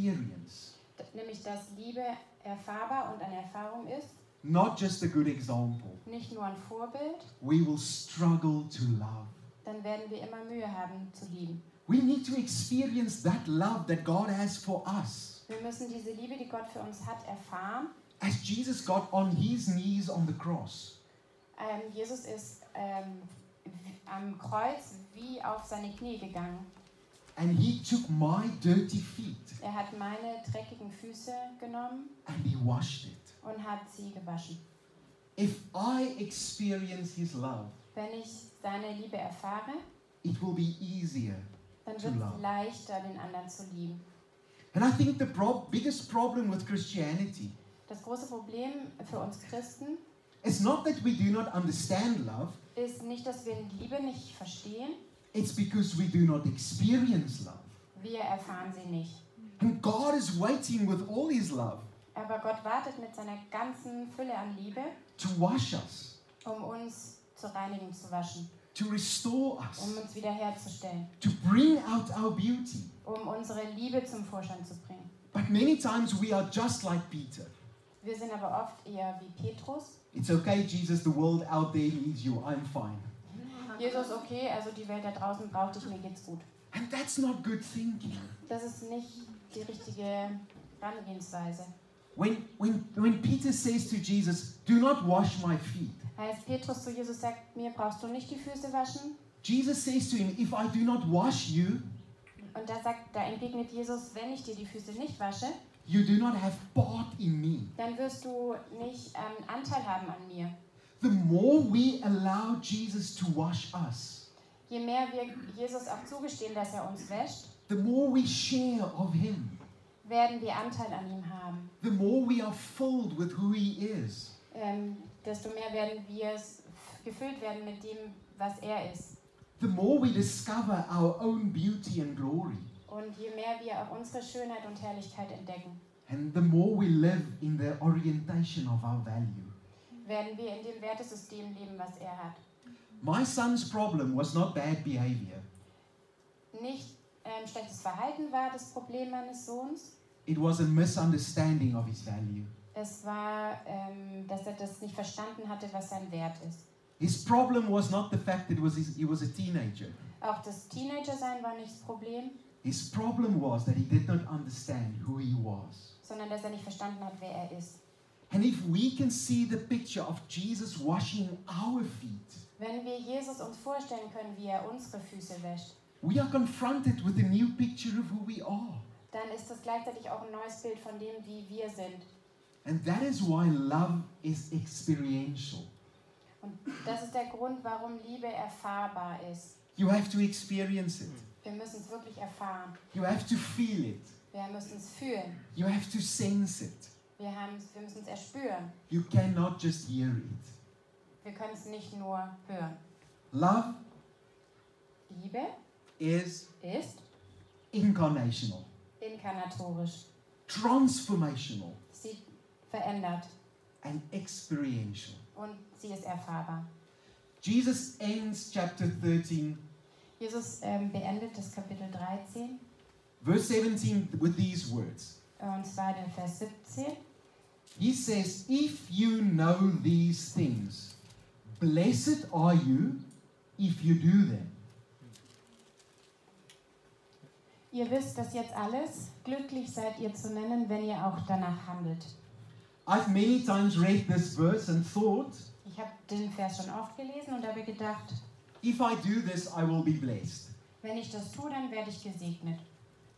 experience,
d- nämlich dass Liebe erfahrbar und eine Erfahrung ist,
not just a good example,
nicht nur ein Vorbild,
we will struggle to love.
dann werden wir immer Mühe haben zu lieben.
We need to experience that love that God has for us.
Wir müssen diese Liebe, die Gott für uns hat, erfahren.
As Jesus got on his knees on the cross,
Ähm, Jesus ist ähm, w- am Kreuz wie auf seine Knie gegangen.
and he took my dirty feet
Er hat meine dreckigen Füße genommen
and he washed it.
und hat sie gewaschen.
If I experience his love,
Wenn ich seine Liebe erfahre,
it will be easier.
dann
Zu
wird
lang.
es leichter, den anderen zu lieben.
And I think the prob- biggest problem with Christianity
Das große Problem für uns Christen
is not that we do not understand love,
ist nicht, dass wir Liebe nicht verstehen,
it's because we do not experience love.
wir erfahren sie nicht.
And God is waiting with all his love
Aber Gott wartet mit seiner ganzen Fülle an Liebe,
to wash us,
um uns zu reinigen, zu waschen,
to restore
um
us,
uns wiederherzustellen,
to bring out our beauty.
um unsere Liebe zum Vorschein zu bringen.
But many times we are just like Peter.
Wir sind aber oft eher wie Petrus.
It's okay, Jesus, the world out there needs you, I'm fine.
Jesus, okay, also die Welt da draußen braucht dich, mir geht's gut.
And that's not good thinking.
Das ist nicht die richtige Herangehensweise.
When, when, when Peter says to Jesus, Do not wash my feet,
Als Petrus zu Jesus sagt, mir brauchst du nicht die Füße waschen.
Jesus says to him, If I do not wash you,
Und da sagt, da entgegnet Jesus, wenn ich dir die Füße nicht wasche,
you do not have part in me.
dann wirst du nicht ähm, Anteil haben an mir.
The more we allow Jesus to wash us,
Je mehr wir Jesus auch zugestehen, dass er uns wäscht,
the more we share of him,
werden wir Anteil an ihm haben.
the more we are filled with who he is.
Ähm, desto mehr werden wir s- gefüllt werden mit dem, was er ist.
The more we discover our own beauty and glory,
Und je mehr wir auch unsere Schönheit und Herrlichkeit entdecken,
and the more we live in the orientation of our value.
werden wir in dem Wertesystem leben, was er hat.
My son's problem was not bad behavior,
Nicht ähm, schlechtes Verhalten war das Problem meines Sohns.
it was a misunderstanding of his value.
Es war, ähm, dass er das nicht verstanden hatte, was sein Wert ist.
His problem was not the fact that was his, he was a teenager.
Auch das Teenager-Sein war nicht das Problem,
His problem was that he did not understand who he was.
sondern dass er nicht verstanden hat, wer er ist.
And if we can see the picture of Jesus washing our feet,
Wenn wir Jesus uns vorstellen können, wie er unsere Füße wäscht,
we are confronted with a new picture of who we are.
dann ist das gleichzeitig auch ein neues Bild von dem, wie wir sind.
And that is why love is experiential.
Und das ist der Grund, warum Liebe erfahrbar ist.
You have to experience it.
Wir müssen es wirklich erfahren.
You have to feel it.
Wir müssen es fühlen.
You have to sense it.
Wir, haben's- wir müssen es erspüren.
You cannot just hear it.
Wir können es nicht nur hören.
Love
Liebe
is
ist
incarnational,
inkarnatorisch.
transformational,
Sie verändert
and experiential.
und sie ist erfahrbar.
Jesus ends chapter 13,
Jesus ähm, beendet das Kapitel 13
verse 17, with these words
äh, und zwar den Vers 17.
He says, If you know these things, blessed are you if you do them.
Ihr wisst das jetzt alles. Glücklich seid ihr zu nennen, wenn ihr auch danach handelt.
I've many times read this verse and thought,
Ich habe den Vers schon oft gelesen und habe gedacht,
if I do this, I will be blessed.
wenn ich das tue, dann werde ich gesegnet.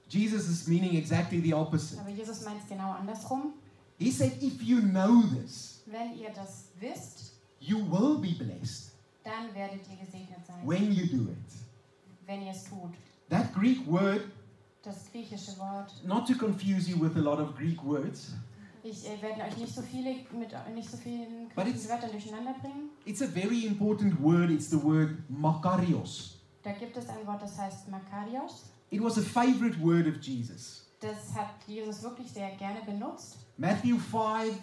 Jesus is meaning exactly the opposite.
Aber Jesus meint es genau andersrum.
He said, if you know this,
Wenn ihr das wisst,
you will be blessed.
dann werdet ihr gesegnet sein,
when you do it.
wenn ihr es tut.
That Greek word,
Das griechische Wort.
not to confuse you with a lot of Greek words,
Ich äh, werde euch nicht so viele mit nicht so vielen
But it's-
griechischen Wörtern durcheinander bringen.
it's a very important word. It's the word makarios.
Da gibt es ein Wort, das heißt Makarios.
It was a favorite word of Jesus.
Das hat Jesus wirklich sehr gerne benutzt.
Matthew 5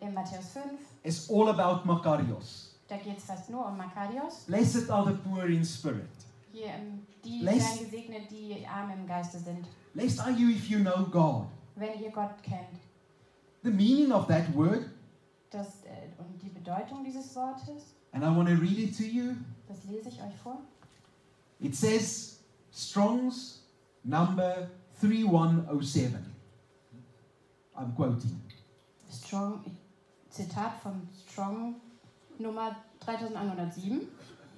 In Matthäus 5,
is all about makarios.
da geht es fast nur um Makarios.
Blessed are the poor in spirit.
Hier, ähm, die
Les-
werden gesegnet, die arm im Geiste sind.
Blessed are you if you know God.
Wenn ihr Gott kennt.
The meaning of that word,
Das, äh, und die Bedeutung dieses Wortes,
and I want to read it to you.
das lese ich euch vor.
It says Strong's number 3107. I'm quoting.
Strong, Zitat von Strong Nummer 3107.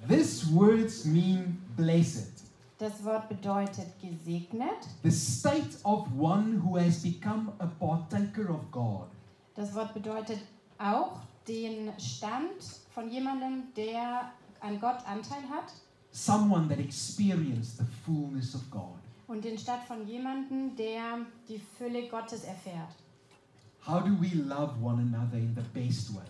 These words mean blessed,
Das Wort bedeutet gesegnet.
the state of one who has become a partaker of God.
Das Wort bedeutet auch den Stand von jemandem, der an Gott Anteil hat
someone that experienced the fullness of God.
und den Stand von jemandem, der die Fülle Gottes erfährt.
How do we love one another in the best way?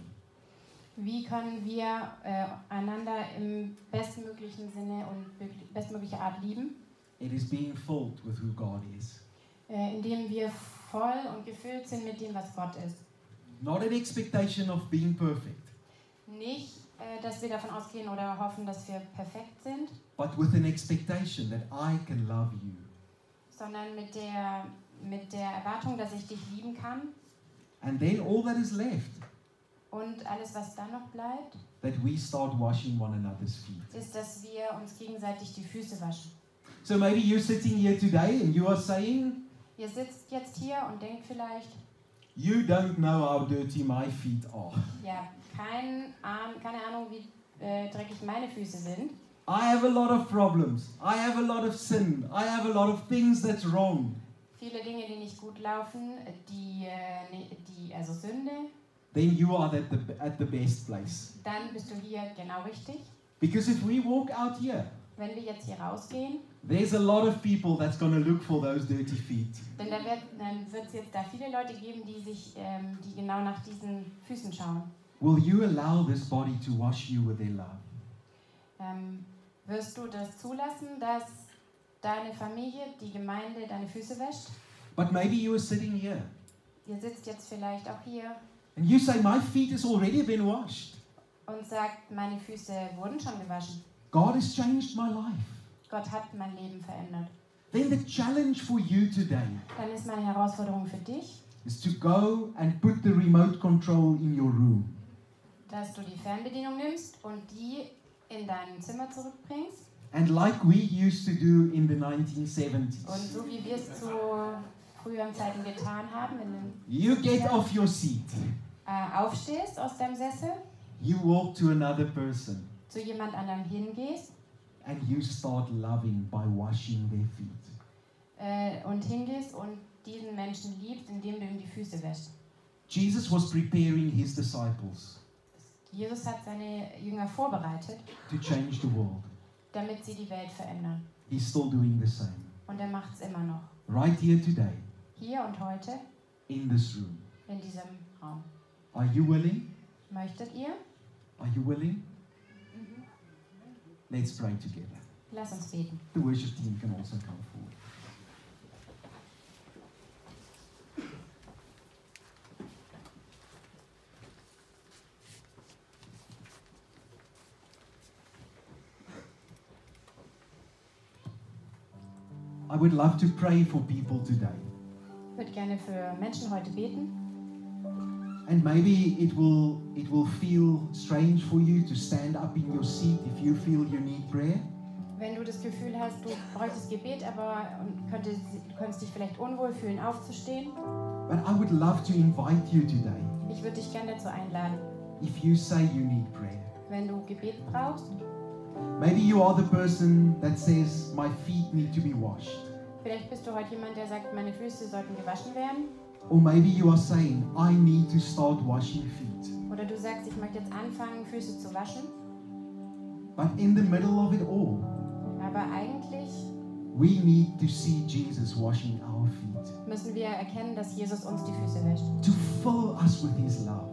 Wie können wir äh, einander im bestmöglichen Sinne und be- bestmöglicher Art lieben?
It is being filled with who God is.
Äh, indem wir voll und gefüllt sind mit dem, was Gott ist.
Not an expectation of being perfect,
Nicht, äh, dass wir davon ausgehen oder hoffen, dass wir perfekt sind,
but with an expectation that I can love you.
sondern mit der, mit der Erwartung, dass ich dich lieben kann
And then all that is left,
und alles, was dann noch bleibt,
that we start washing one another's feet.
ist, dass wir uns gegenseitig die Füße waschen.
So maybe you're sitting here today and you are saying,
Ihr sitzt jetzt hier und denkt vielleicht,
You don't know how dirty my feet are.
ja, kein Ahn- keine Ahnung, wie äh, dreckig meine Füße sind.
I have a lot of problems. I have a lot of sin. I have a lot of things that's wrong.
Viele Dinge, die nicht gut laufen, die, äh, ne- die also Sünde,
then you are at the, at the best place.
dann bist du hier genau richtig.
Because if we walk out here,
Wenn wir jetzt hier rausgehen,
there's a lot of people that's going to look for those dirty feet.
Denn da wird, dann wird es jetzt da viele Leute geben, die sich, ähm, die genau nach diesen Füßen schauen.
Will you allow this body to wash you with their love?
Ähm, wirst du das zulassen, dass deine Familie, die Gemeinde deine Füße wäscht?
But maybe you are sitting here
Ihr sitzt jetzt vielleicht auch hier
and you say, My feet has already been washed.
und sagt, meine Füße wurden schon gewaschen.
God has changed my life.
Gott hat mein Leben verändert.
Then the challenge for you today
Dann ist meine Herausforderung für dich,
is to go and put the remote control in your room.
dass du die Fernbedienung nimmst und die in dein Zimmer zurückbringst.
And like we used to do in the
Und
1970s,
so wie wir es zu früheren Zeiten getan haben, wenn du
you get off your seat,
äh, aufstehst aus deinem Sessel
you walk to another person,
zu jemand anderem hingehst
and you start loving by washing their feet.
äh, und hingehst und diesen Menschen liebst, indem du ihm die Füße wäschst.
Jesus was preparing his disciples
Jesus hat seine Jünger vorbereitet,
to change the world.
damit sie die Welt verändern.
He's still doing the same.
Und er macht es immer noch.
Right here today,
Hier und heute
in this room.
in diesem Raum.
Are you willing?
Möchtet ihr?
Are you willing? Let's pray together.
Lass uns beten.
The worship team can also come forward. I would love to pray for people today.
Ich würde gerne für Menschen heute beten.
And maybe it will it will feel strange for you to stand up in your seat if you feel you need prayer.
Wenn du das Gefühl hast, du bräuchtest Gebet, aber und könntest, könntest dich vielleicht unwohl fühlen, aufzustehen.
But I would love to invite you today
Ich würde dich gerne dazu einladen.
if you say you need prayer.
Wenn du Gebet brauchst,
Maybe you are the person that says, My feet need to be washed.
vielleicht bist du heute jemand, der sagt, meine Füße sollten gewaschen werden.
Or maybe you are saying, I need to start washing feet.
Oder du sagst, ich möchte jetzt anfangen, Füße zu waschen.
But in the middle of it all,
Aber eigentlich
we need to see Jesus washing our feet
müssen wir erkennen, dass Jesus uns die Füße wäscht,
to fill us with his love,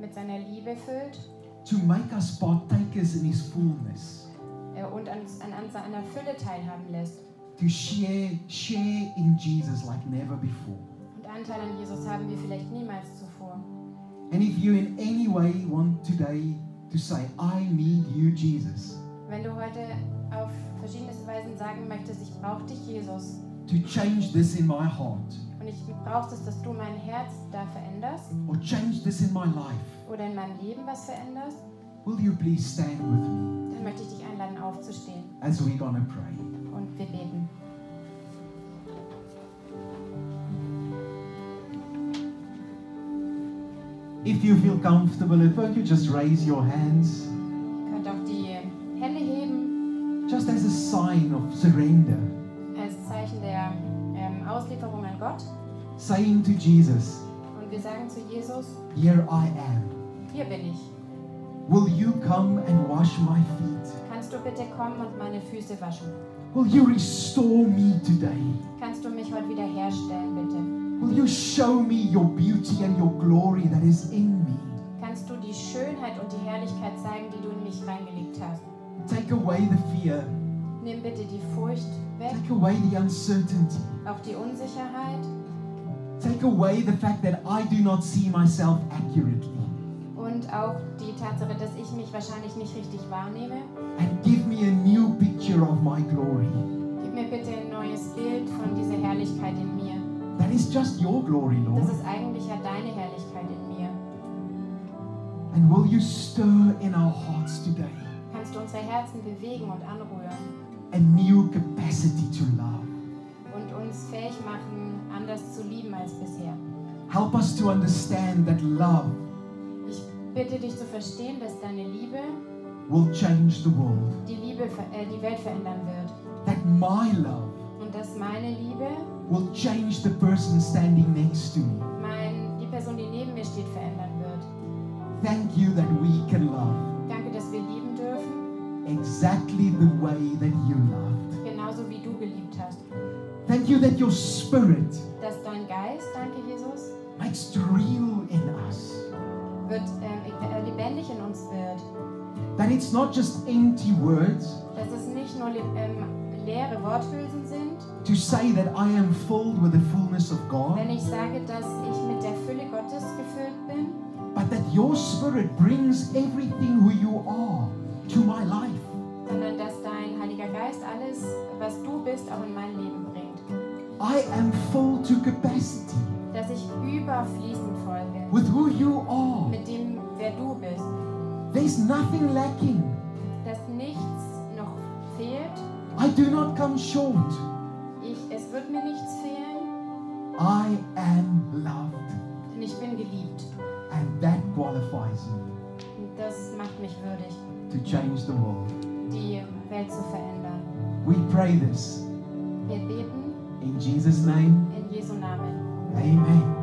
mit seiner Liebe füllt
to make us partakers in his fullness,
äh, und uns an, an seiner Fülle teilhaben lässt
to share share in Jesus like never before.
und Anteil an Jesus haben wir vielleicht niemals zuvor.
And if you in any way want today to say, I need you, Jesus,
Wenn du heute auf verschiedenste Weisen sagen möchtest, ich brauche dich, Jesus,
to change this in my heart,
und ich brauche es, dass du mein Herz da veränderst
or change this in my life,
oder in meinem Leben was veränderst,
will you please stand with me
dann möchte ich dich einladen, aufzustehen
as we're going to pray?
und wir beten.
If you feel comfortable, if won't you just raise your hands,
Ihr könnt auch die Hände heben
just as a sign of surrender,
als Zeichen der ähm, Auslieferung an Gott.
saying to Jesus,
Und wir sagen zu Jesus,
Here I am.
hier bin ich.
Will you come and wash my feet?
Kannst du bitte kommen und meine Füße waschen?
Will you restore me today?
Kannst du mich heute wieder herstellen, bitte?
Will you show me your beauty and your glory that is in me?
Kannst du die Schönheit und die Herrlichkeit zeigen, die du in mich reingelegt hast?
Take away the fear,
Nimm bitte die Furcht weg,
take away the uncertainty,
auch die Unsicherheit
take away the fact that I do not see myself accurately,
und auch die Tatsache, dass ich mich wahrscheinlich nicht richtig wahrnehme.
and give me a new picture of my glory.
Gib mir bitte ein neues Bild von dieser Herrlichkeit in mir.
That is just your glory,
Das
Lord.
ist eigentlich ja deine Herrlichkeit in mir.
And will you stir in our hearts today
Kannst du unsere Herzen bewegen und anrühren
a new capacity to love?
und uns fähig machen, anders zu lieben als bisher.
Help us to understand that love
Ich bitte dich zu verstehen, dass deine Liebe
will change the world,
die, Liebe, ver- äh, die Welt verändern wird
that my love
und dass meine Liebe
will change the person standing next to me.
mein, die Person, die neben mir steht, verändern wird.
Thank you that we can love
Danke, dass wir lieben dürfen,
exactly the way that you loved.
genauso wie du geliebt hast.
Thank you that your spirit
Dass dein Geist, danke Jesus,
makes it real in us.
wird, ähm, äh, lebendig in uns wird.
That it's not just empty words
Dass es nicht nur le- ähm, leere Worthülsen sind,
to say that I am filled with the fullness of God.
wenn ich sage, dass ich mit der Fülle Gottes gefüllt bin,
but that your spirit brings everything who you are to my life.
sondern dass dein Heiliger Geist alles, was du bist, auch in mein Leben bringt.
I am full to capacity
Dass ich überfließend voll bin.
with who you are.
mit dem, wer du bist,
There's nothing lacking.
dass nichts noch fehlt.
I do not come short.
Ich, es wird mir nichts fehlen,
I am loved,
denn ich bin geliebt.
and that qualifies me
Und das macht mich würdig,
to change the world.
die Welt zu verändern.
We pray this
Wir beten
in Jesus' name.
in Jesu Namen.
Amen.